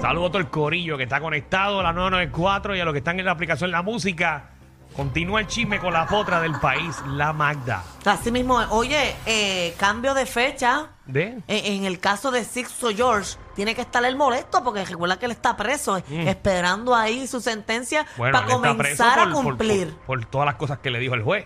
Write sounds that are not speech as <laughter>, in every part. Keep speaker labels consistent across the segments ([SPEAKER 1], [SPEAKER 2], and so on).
[SPEAKER 1] Saludos a todo el corillo que está conectado a la 994 y a los que están en la aplicación La Música. Continúa el chisme con la potra del país, la Magda.
[SPEAKER 2] Así mismo, oye, eh, cambio de fecha.
[SPEAKER 1] ¿De?
[SPEAKER 2] En, en el caso de Sixto George, tiene que estar el molesto porque recuerda que él está preso, eh, esperando ahí su sentencia para
[SPEAKER 1] Mm. él está preso
[SPEAKER 2] comenzar a
[SPEAKER 1] por- por-
[SPEAKER 2] cumplir.
[SPEAKER 1] Por, por todas las cosas que le dijo el juez.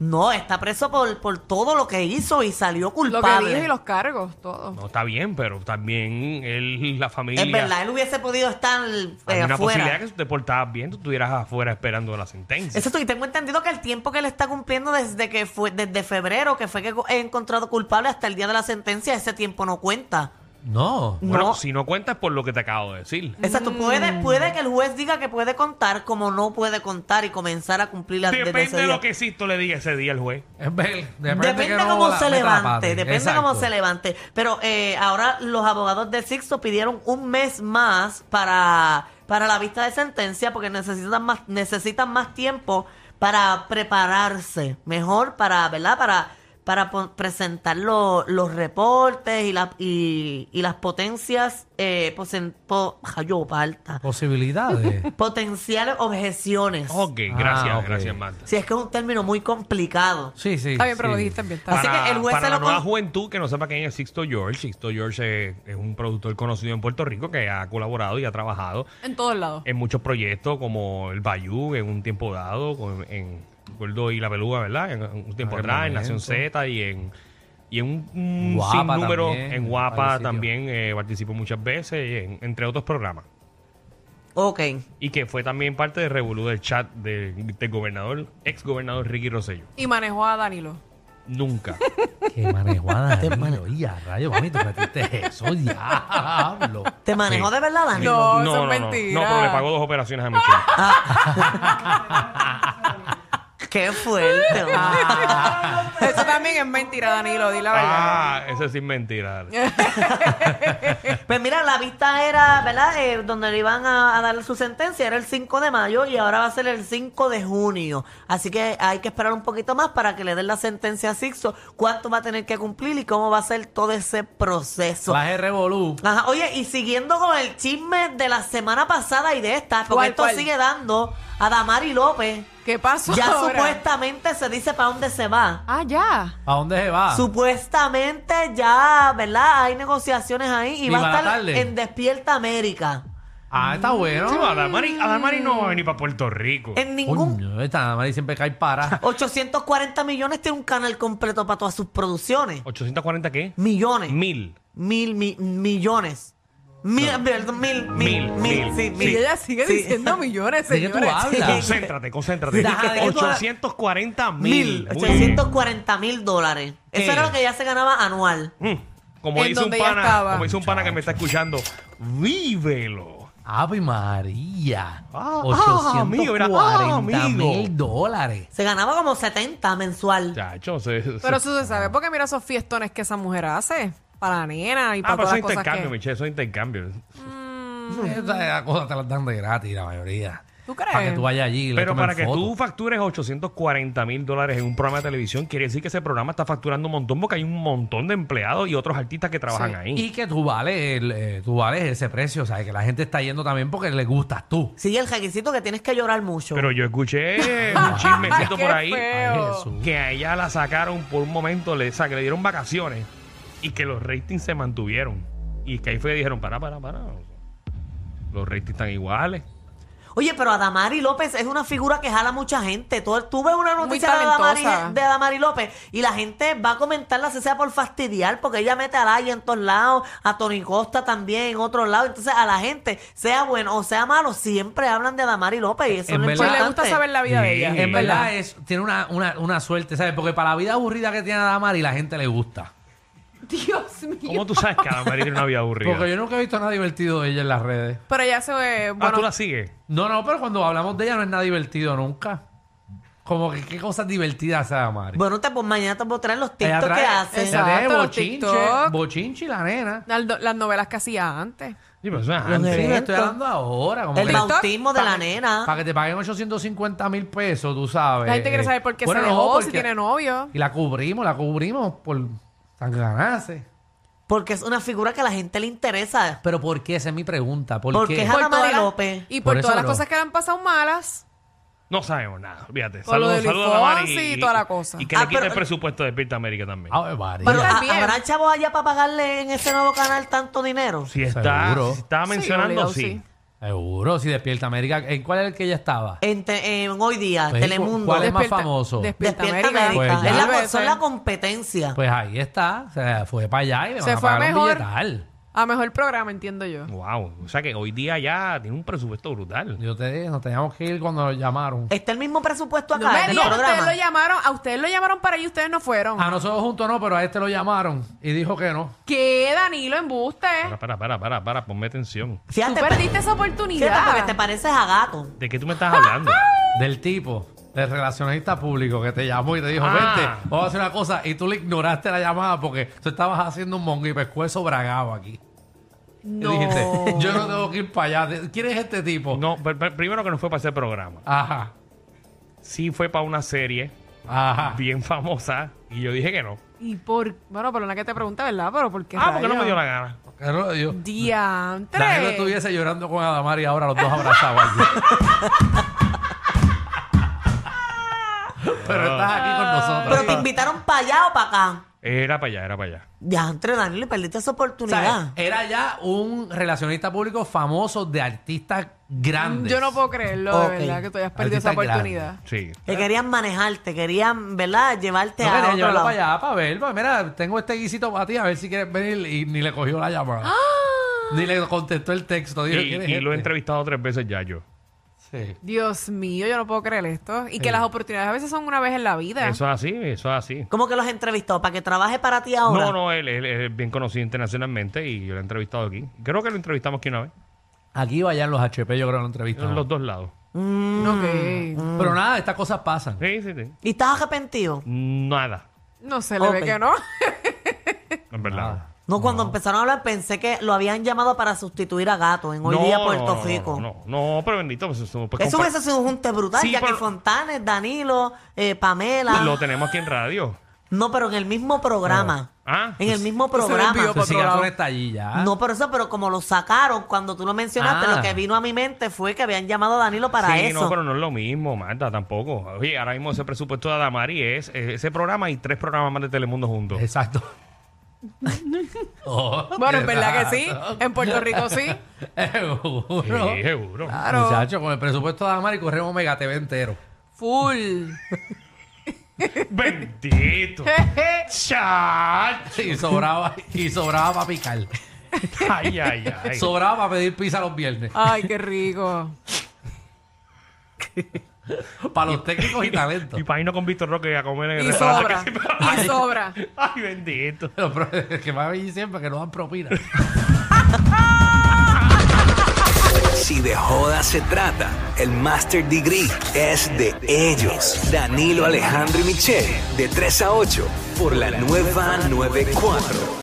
[SPEAKER 2] No, está preso por, por todo lo que hizo y salió
[SPEAKER 3] Lo que dijo
[SPEAKER 2] culpable.
[SPEAKER 3] y los cargos, todo.
[SPEAKER 1] No está bien, pero también él, la familia.
[SPEAKER 2] Es verdad, él hubiese podido estar eh,
[SPEAKER 1] Hay una posibilidad
[SPEAKER 2] afuera.
[SPEAKER 1] que si te portabas bien, tú estuvieras afuera esperando la sentencia.
[SPEAKER 2] Eso estoy, tengo entendido que el tiempo que él está cumpliendo desde que fue, desde febrero, que fue que he encontrado culpable hasta el día de la sentencia, ese tiempo no cuenta.
[SPEAKER 4] No.
[SPEAKER 1] Bueno,
[SPEAKER 2] no.
[SPEAKER 1] si no cuentas por lo que te acabo de decir.
[SPEAKER 2] Exacto, puede, puede que el juez diga que puede contar como no puede contar y comenzar a cumplir la desde ese
[SPEAKER 1] Depende de
[SPEAKER 2] día.
[SPEAKER 1] lo que Sisto le diga ese día al juez.
[SPEAKER 4] Es ver-
[SPEAKER 2] Depende
[SPEAKER 4] que no
[SPEAKER 2] cómo
[SPEAKER 4] la
[SPEAKER 2] se
[SPEAKER 4] meta la pata.
[SPEAKER 2] levante, depende
[SPEAKER 4] Exacto.
[SPEAKER 2] cómo se levante. Pero eh, ahora los abogados de Sixto pidieron un mes más para, para la vista de sentencia porque necesitan más, necesitan más tiempo para prepararse mejor, para, ¿verdad? Para, para po- presentar lo- los reportes y, las y, y las potencias, eh, posen- po- <laughs> yo, palta.
[SPEAKER 4] Posibilidades.
[SPEAKER 2] potenciales objeciones.
[SPEAKER 1] Ok,
[SPEAKER 4] Ah,
[SPEAKER 1] gracias,
[SPEAKER 4] ok.
[SPEAKER 1] gracias, Magda.
[SPEAKER 2] Si es que es un término muy complicado.
[SPEAKER 4] sí, sí.
[SPEAKER 3] Está bien, pero
[SPEAKER 4] sí.
[SPEAKER 3] lo dijiste bien. está
[SPEAKER 2] Así
[SPEAKER 3] bien.
[SPEAKER 1] para,
[SPEAKER 2] que el juez
[SPEAKER 1] para
[SPEAKER 2] se
[SPEAKER 1] la
[SPEAKER 2] lo
[SPEAKER 1] nueva
[SPEAKER 2] con-
[SPEAKER 1] juventud que no sepa quién es Sixto George. Sixto George es, es un productor conocido en Puerto Rico que ha colaborado y ha trabajado
[SPEAKER 3] En todos lados.
[SPEAKER 1] en muchos proyectos como el Bayou en un tiempo dado, con- en Gordo y la Peluga, ¿verdad? En un tiempo
[SPEAKER 4] Ah, qué
[SPEAKER 1] atrás, en Nación
[SPEAKER 4] momento.
[SPEAKER 1] Z y en, y en un, un
[SPEAKER 4] Guapa
[SPEAKER 1] sinnúmero,
[SPEAKER 4] también,
[SPEAKER 1] en
[SPEAKER 4] en
[SPEAKER 1] Guapa
[SPEAKER 4] varios sitios.
[SPEAKER 1] también eh, participó muchas veces, y en- entre otros programas.
[SPEAKER 2] Ok.
[SPEAKER 1] Y que fue también parte de Revolú del chat de- del gobernador, ex gobernador Ricky Rosselló.
[SPEAKER 3] Y manejó a Danilo.
[SPEAKER 1] Nunca.
[SPEAKER 4] <laughs> Qué manejada. Danilo. Y a rayo, mami, tú metiste eso. <laughs> Diablo.
[SPEAKER 2] ¿Te manejó de verdad, Dani?
[SPEAKER 3] No, eso es
[SPEAKER 1] no,
[SPEAKER 3] mentira. Ah,
[SPEAKER 1] pero le pagó dos operaciones a
[SPEAKER 3] <laughs>
[SPEAKER 1] Michelle.
[SPEAKER 2] Qué fuerte.
[SPEAKER 3] Eso también es mentira, Danilo, di la verdad.
[SPEAKER 1] Ah, eso sí es mentira.
[SPEAKER 2] <laughs> pues mira, la vista era, ¿verdad? Eh, donde le iban a, a dar su sentencia era el 5 de mayo y ahora va a ser el 5 de junio. Así que hay que esperar un poquito más para que le den la sentencia a Sixto, cuánto va a tener que cumplir y cómo va a ser todo ese proceso.
[SPEAKER 4] Baje revolú.
[SPEAKER 2] Ajá, oye, y siguiendo con el chisme de la semana pasada y de esta, porque
[SPEAKER 3] ¿Cuál,
[SPEAKER 2] esto
[SPEAKER 3] cuál?
[SPEAKER 2] sigue dando a Damari López.
[SPEAKER 3] ¿Qué
[SPEAKER 2] <laughs>
[SPEAKER 3] pasó
[SPEAKER 2] Ya
[SPEAKER 3] ahora?
[SPEAKER 2] supuestamente se dice para dónde se va.
[SPEAKER 3] Ah, ya.
[SPEAKER 4] ¿A dónde se va?
[SPEAKER 2] Supuestamente ya, ¿verdad? Hay negociaciones ahí y
[SPEAKER 4] Ni
[SPEAKER 2] va
[SPEAKER 4] para
[SPEAKER 2] a
[SPEAKER 4] la
[SPEAKER 2] estar
[SPEAKER 4] tarde.
[SPEAKER 2] en Despierta América.
[SPEAKER 4] Ah, está bueno.
[SPEAKER 1] No, Adamari, Adamari no va a venir para Puerto Rico.
[SPEAKER 2] En ningún...
[SPEAKER 4] Coño, esta madre siempre
[SPEAKER 2] <laughs>
[SPEAKER 4] cae para.
[SPEAKER 2] 840 millones tiene un canal completo para todas sus producciones.
[SPEAKER 1] ¿840 qué?
[SPEAKER 2] Millones.
[SPEAKER 1] Mil.
[SPEAKER 2] Mil, mi- millones. Mil, perdón, mil, mil,
[SPEAKER 1] Mil,
[SPEAKER 2] mil,
[SPEAKER 1] mil, sí.
[SPEAKER 2] sí, mil.
[SPEAKER 3] Y ella sigue
[SPEAKER 2] Sí. <laughs>
[SPEAKER 3] diciendo millones,
[SPEAKER 4] ¿De qué tú
[SPEAKER 3] señores.
[SPEAKER 4] hablas?
[SPEAKER 1] Concéntrate, concéntrate.
[SPEAKER 2] Ajá, ¿de qué tú hablas?
[SPEAKER 1] 840 mil.
[SPEAKER 2] Mil, 840 mil dólares. Eso
[SPEAKER 1] ¿Qué?
[SPEAKER 2] era lo que ya se ganaba anual.
[SPEAKER 1] Mm, Como
[SPEAKER 3] En
[SPEAKER 1] dice un
[SPEAKER 3] donde ya
[SPEAKER 1] pana,
[SPEAKER 3] estaba.
[SPEAKER 1] como dice un pana que me está escuchando, vívelo.
[SPEAKER 4] Ave María.
[SPEAKER 1] Ah, ah, amigo, era- ah,
[SPEAKER 4] 840
[SPEAKER 1] amigo.
[SPEAKER 4] mil dólares.
[SPEAKER 2] Se ganaba como 70 mensual.
[SPEAKER 1] Chacho, Ah, se, se-
[SPEAKER 3] Pero eso se sabe, porque mira esos fiestones que esa mujer hace para la nena y para
[SPEAKER 1] Ah, pero
[SPEAKER 3] todas
[SPEAKER 1] eso es
[SPEAKER 3] las cosas
[SPEAKER 1] intercambio,
[SPEAKER 3] que...
[SPEAKER 1] Michelle, eso es intercambio.
[SPEAKER 4] Esas cosas te las dan de gratis, la mayoría.
[SPEAKER 3] Mm. ¿Tú crees?
[SPEAKER 4] Para que tú vayas allí. y le
[SPEAKER 1] Pero
[SPEAKER 4] tomen
[SPEAKER 1] para que
[SPEAKER 4] fotos.
[SPEAKER 1] tú factures 840 mil dólares en un programa de televisión, quiere decir que ese programa está facturando un montón porque hay un montón de empleados y otros artistas que trabajan
[SPEAKER 3] Sí.
[SPEAKER 1] ahí.
[SPEAKER 4] Y que tú vales, el, eh, tú vales ese precio, o sea, que la gente está yendo también porque le gustas tú.
[SPEAKER 2] Sí, el requisito que tienes que llorar mucho.
[SPEAKER 1] Pero yo
[SPEAKER 3] <laughs>
[SPEAKER 1] escuché un chismecito
[SPEAKER 3] Qué
[SPEAKER 1] por ahí
[SPEAKER 3] feo.
[SPEAKER 1] que a ella la sacaron por un momento, le, o sea, que le dieron vacaciones y que los ratings se mantuvieron. Y que ahí fue que dijeron, para, para, para. Los ratings están iguales.
[SPEAKER 2] Oye, pero Adamari López es una figura que jala mucha gente. Tú, tú ves una
[SPEAKER 3] Muy
[SPEAKER 2] noticia de Adamari,
[SPEAKER 3] talentosa.
[SPEAKER 2] de Adamari López y la gente va a comentarla, se sea por fastidiar, porque ella mete a Laia en todos lados, a Tony Costa también en otros lados. Entonces, a la gente, sea bueno o sea malo, siempre hablan de Adamari López y eso
[SPEAKER 4] En
[SPEAKER 2] es lo
[SPEAKER 4] verdad-
[SPEAKER 3] Pues
[SPEAKER 2] importante.
[SPEAKER 3] le gusta saber la vida de
[SPEAKER 1] Sí.
[SPEAKER 3] ella. <laughs>
[SPEAKER 1] En
[SPEAKER 4] En verdad es, tiene una, una, una suerte, ¿sabes? Porque para la vida aburrida que tiene Damari, la gente le gusta.
[SPEAKER 3] Dios mío.
[SPEAKER 1] ¿Cómo tú sabes que Adamari tiene una vida aburrida?
[SPEAKER 4] Porque yo nunca he visto nada divertido de ella en las redes.
[SPEAKER 3] Pero ya se ve.
[SPEAKER 1] Ah,
[SPEAKER 3] Bueno,
[SPEAKER 1] tú la sigues.
[SPEAKER 4] No, no, pero cuando hablamos de ella no es nada divertido nunca. Como que qué cosas divertidas hace Mari.
[SPEAKER 2] Bueno, te, pues mañana te puedo traer los
[SPEAKER 4] Ella
[SPEAKER 2] TikTok que
[SPEAKER 4] trae-
[SPEAKER 2] haces.
[SPEAKER 4] ella trae
[SPEAKER 3] Exacto, los
[SPEAKER 4] bochinche,
[SPEAKER 3] TikTok.
[SPEAKER 4] bochinche y la nena.
[SPEAKER 3] las, do- las novelas que hacía antes.
[SPEAKER 1] Sí, pero eso es
[SPEAKER 4] Sí,
[SPEAKER 1] antes.
[SPEAKER 4] le estoy
[SPEAKER 2] eventos.
[SPEAKER 4] hablando ahora. Como
[SPEAKER 2] El
[SPEAKER 4] que-
[SPEAKER 2] bautismo de la
[SPEAKER 4] Pa-
[SPEAKER 2] nena.
[SPEAKER 4] Para que te paguen 850 mil pesos, tú sabes.
[SPEAKER 1] Pues,
[SPEAKER 4] eh,
[SPEAKER 3] La gente quiere saber por qué
[SPEAKER 4] Bueno,
[SPEAKER 3] se
[SPEAKER 4] no,
[SPEAKER 3] dejó, si
[SPEAKER 4] porque-
[SPEAKER 3] tiene novio.
[SPEAKER 4] Y la cubrimos, la cubrimos por tan ganarse.
[SPEAKER 2] Porque es una figura que a la gente le interesa.
[SPEAKER 4] Pero ¿por qué? Esa es mi pregunta. ¿Por
[SPEAKER 2] Porque
[SPEAKER 4] qué?
[SPEAKER 2] es Ana
[SPEAKER 3] todas
[SPEAKER 2] María
[SPEAKER 3] las-
[SPEAKER 2] López.
[SPEAKER 3] Y
[SPEAKER 4] Por
[SPEAKER 3] por,
[SPEAKER 4] eso,
[SPEAKER 3] todas
[SPEAKER 4] bro.
[SPEAKER 3] las cosas que le han pasado malas.
[SPEAKER 1] No sabemos nada, fíjate.
[SPEAKER 3] Con lo
[SPEAKER 1] Saludos,
[SPEAKER 3] de
[SPEAKER 1] saludos
[SPEAKER 3] Luis
[SPEAKER 1] a Mari
[SPEAKER 3] Fonsi y toda la cosa.
[SPEAKER 1] Y que
[SPEAKER 2] Ah,
[SPEAKER 1] le quite
[SPEAKER 2] pero-
[SPEAKER 1] el presupuesto de Pirta América también.
[SPEAKER 4] Ave Ah, pues, María.
[SPEAKER 2] Pero
[SPEAKER 3] Ella
[SPEAKER 2] ¿ha-
[SPEAKER 3] también.
[SPEAKER 2] ¿habrá chavos allá para pagarle en ese nuevo canal tanto dinero?
[SPEAKER 1] si está,
[SPEAKER 4] Seguro.
[SPEAKER 1] si estaba
[SPEAKER 3] Sí,
[SPEAKER 1] mencionando,
[SPEAKER 3] obligado,
[SPEAKER 1] sí.
[SPEAKER 3] sí.
[SPEAKER 4] Seguro, si despierta América. ¿En cuál era el que ella estaba?
[SPEAKER 2] En, te- en hoy día,
[SPEAKER 4] Pues,
[SPEAKER 2] Telemundo.
[SPEAKER 4] ¿cuál es
[SPEAKER 2] Despierta
[SPEAKER 4] más famoso?
[SPEAKER 3] Despierta,
[SPEAKER 2] Despierta
[SPEAKER 3] América.
[SPEAKER 2] América.
[SPEAKER 4] Pues ya.
[SPEAKER 2] Es la-
[SPEAKER 3] Mil
[SPEAKER 2] son
[SPEAKER 3] veces.
[SPEAKER 2] la competencia.
[SPEAKER 4] Pues ahí está. Se fue para allá y le
[SPEAKER 3] Se
[SPEAKER 4] van a
[SPEAKER 3] fue a
[SPEAKER 4] pagar un
[SPEAKER 3] mejor.
[SPEAKER 4] billetal.
[SPEAKER 3] A mejor programa, entiendo yo.
[SPEAKER 1] Wow. O sea que hoy día ya tiene un presupuesto brutal.
[SPEAKER 4] Yo te dije, nos teníamos que ir cuando nos llamaron.
[SPEAKER 2] Está el mismo presupuesto
[SPEAKER 3] No
[SPEAKER 2] acá
[SPEAKER 3] me
[SPEAKER 2] en el
[SPEAKER 3] digan, ustedes
[SPEAKER 2] programa.
[SPEAKER 3] lo llamaron, a ustedes lo llamaron para allí y ustedes no fueron.
[SPEAKER 4] A nosotros juntos no, pero a este lo llamaron y dijo que no.
[SPEAKER 3] ¿Qué, Danilo, embuste?
[SPEAKER 1] Para, para, para, para, para, ponme atención.
[SPEAKER 3] Tú
[SPEAKER 2] Fíjate,
[SPEAKER 3] perdiste
[SPEAKER 2] pe-
[SPEAKER 3] esa
[SPEAKER 2] fíjate, Este porque este
[SPEAKER 3] oportunidad.
[SPEAKER 2] te pareces a gato.
[SPEAKER 1] ¿De qué tú me estás
[SPEAKER 3] <laughs>
[SPEAKER 1] hablando?
[SPEAKER 4] Del tipo, del relacionista público que te llamó y te dijo,
[SPEAKER 1] Ah.
[SPEAKER 4] vente, vamos a hacer una cosa. Y tú le ignoraste la llamada porque tú estabas haciendo un mongo y pescuezo bragado aquí.
[SPEAKER 3] No.
[SPEAKER 4] Y dijiste, yo no tengo que ir para allá. ¿Quién es este tipo?
[SPEAKER 1] No, per- per- primero que no fue para ese programa.
[SPEAKER 4] Ajá,
[SPEAKER 1] Sí fue para una serie
[SPEAKER 4] ajá.
[SPEAKER 1] bien famosa y yo dije que no.
[SPEAKER 3] Y por. Bueno, pero una que te pregunta, ¿verdad? Pero porque.
[SPEAKER 1] Ah, porque no me dio la gana.
[SPEAKER 4] Que no- yo-
[SPEAKER 3] Diantre.
[SPEAKER 4] Danilo estuviese llorando con Adamari ahora los dos abrazados. allí. Pero estás aquí con nosotros.
[SPEAKER 2] Pero te invitaron para allá o para acá.
[SPEAKER 1] Era para allá, era para allá.
[SPEAKER 2] Ya, entre Daniel, perdiste esa
[SPEAKER 4] ¿Sabes?
[SPEAKER 2] oportunidad.
[SPEAKER 4] Era ya un relacionista público famoso de artistas grandes.
[SPEAKER 3] Yo no puedo creerlo,
[SPEAKER 2] Ok.
[SPEAKER 3] de verdad, que tú hayas perdido esa
[SPEAKER 4] Artista grande.
[SPEAKER 3] oportunidad.
[SPEAKER 1] Sí.
[SPEAKER 2] Que querían manejarte, querían, ¿verdad? Llevarte
[SPEAKER 4] No
[SPEAKER 2] a
[SPEAKER 4] quería
[SPEAKER 2] otro
[SPEAKER 4] llevarlo
[SPEAKER 2] lado.
[SPEAKER 4] para allá para ver. pa- mira, tengo este guisito para ti, a ver si quieres venir. Y ni le cogió la llamada. Ni le contestó el texto.
[SPEAKER 1] Y,
[SPEAKER 4] Dijo, "¿Quién es
[SPEAKER 1] y lo he
[SPEAKER 4] este?".
[SPEAKER 1] entrevistado tres veces ya yo.
[SPEAKER 4] Sí.
[SPEAKER 3] Dios mío, yo no puedo creer esto. Y que las oportunidades a veces son una vez en la vida.
[SPEAKER 1] Eso es así, eso es así.
[SPEAKER 2] ¿Cómo que los entrevistó? ¿Para que trabaje para ti ahora?
[SPEAKER 1] No, no, él, él- él es bien conocido internacionalmente y yo lo he entrevistado aquí. Creo que lo entrevistamos aquí una vez.
[SPEAKER 4] Aquí vayan los HP, yo creo, en la
[SPEAKER 1] En
[SPEAKER 4] entrevista.
[SPEAKER 1] los dos lados.
[SPEAKER 3] Ok.
[SPEAKER 4] Pero nada, estas cosas pasan.
[SPEAKER 1] Sí, sí, sí.
[SPEAKER 2] Mm. ¿Y estás arrepentido?
[SPEAKER 1] Nada.
[SPEAKER 3] No se le
[SPEAKER 2] Ok.
[SPEAKER 3] ve que no. <laughs>
[SPEAKER 1] En verdad.
[SPEAKER 2] No, cuando empezaron a hablar pensé que lo habían llamado para sustituir a Gato en hoy
[SPEAKER 1] No,
[SPEAKER 2] día
[SPEAKER 1] no,
[SPEAKER 2] Puerto
[SPEAKER 1] no,
[SPEAKER 2] Rico.
[SPEAKER 1] No, no, no, pero bendito. pues, eso, pues,
[SPEAKER 2] Eso
[SPEAKER 1] compa-
[SPEAKER 2] hubiese sido un junte brutal.
[SPEAKER 1] Sí,
[SPEAKER 2] Jackie
[SPEAKER 1] pero-
[SPEAKER 2] Fontanes, Danilo, eh, Pamela.
[SPEAKER 1] Lo tenemos aquí en radio.
[SPEAKER 2] No, pero en el mismo programa.
[SPEAKER 1] Ah,
[SPEAKER 2] en el mismo
[SPEAKER 3] pues se me
[SPEAKER 2] programa.
[SPEAKER 3] olvidó
[SPEAKER 4] Se
[SPEAKER 3] Por
[SPEAKER 4] sigue
[SPEAKER 3] otro lado.
[SPEAKER 4] con esta allí ya.
[SPEAKER 2] No, pero eso, pero como lo sacaron, cuando tú lo mencionaste,
[SPEAKER 4] Ah.
[SPEAKER 2] lo que vino a mi mente fue que habían llamado a Danilo para
[SPEAKER 1] sí,
[SPEAKER 2] eso.
[SPEAKER 1] no, pero no es lo mismo, Marta, tampoco. Oye, ahora mismo ese presupuesto de Adamari es eh, ese programa y tres programas más de Telemundo juntos.
[SPEAKER 3] <laughs>
[SPEAKER 4] Exacto. Oh,
[SPEAKER 3] Bueno, es verdad que sí.
[SPEAKER 4] exacto.
[SPEAKER 3] En Puerto Rico sí.
[SPEAKER 4] <laughs> Seguro.
[SPEAKER 1] Sí, seguro.
[SPEAKER 2] Ah.
[SPEAKER 3] Claro.
[SPEAKER 4] Muchachos, con el presupuesto de Amari corremos Mega TV entero.
[SPEAKER 3] Full.
[SPEAKER 2] <laughs>
[SPEAKER 1] Bendito. Chacho.
[SPEAKER 4] Y sobraba, y sobraba para picar.
[SPEAKER 1] Ay, ay, ay.
[SPEAKER 4] Sobraba para pedir pizza los viernes.
[SPEAKER 3] Ay, qué rico.
[SPEAKER 4] Para los técnicos y talentos.
[SPEAKER 1] Y para irnos con Víctor Roque a comer en el
[SPEAKER 3] Y
[SPEAKER 1] restaurante
[SPEAKER 3] sobra.
[SPEAKER 1] que siempre- <laughs>
[SPEAKER 3] Y sobra.
[SPEAKER 1] Ay, bendito.
[SPEAKER 4] Pero, <laughs> pero, es que va a venir siempre que no dan propina.
[SPEAKER 5] Si de joda se trata, el Master Degree es de ellos. Danilo Alejandro y Michelle, de 3 a 8, por la nueva 94.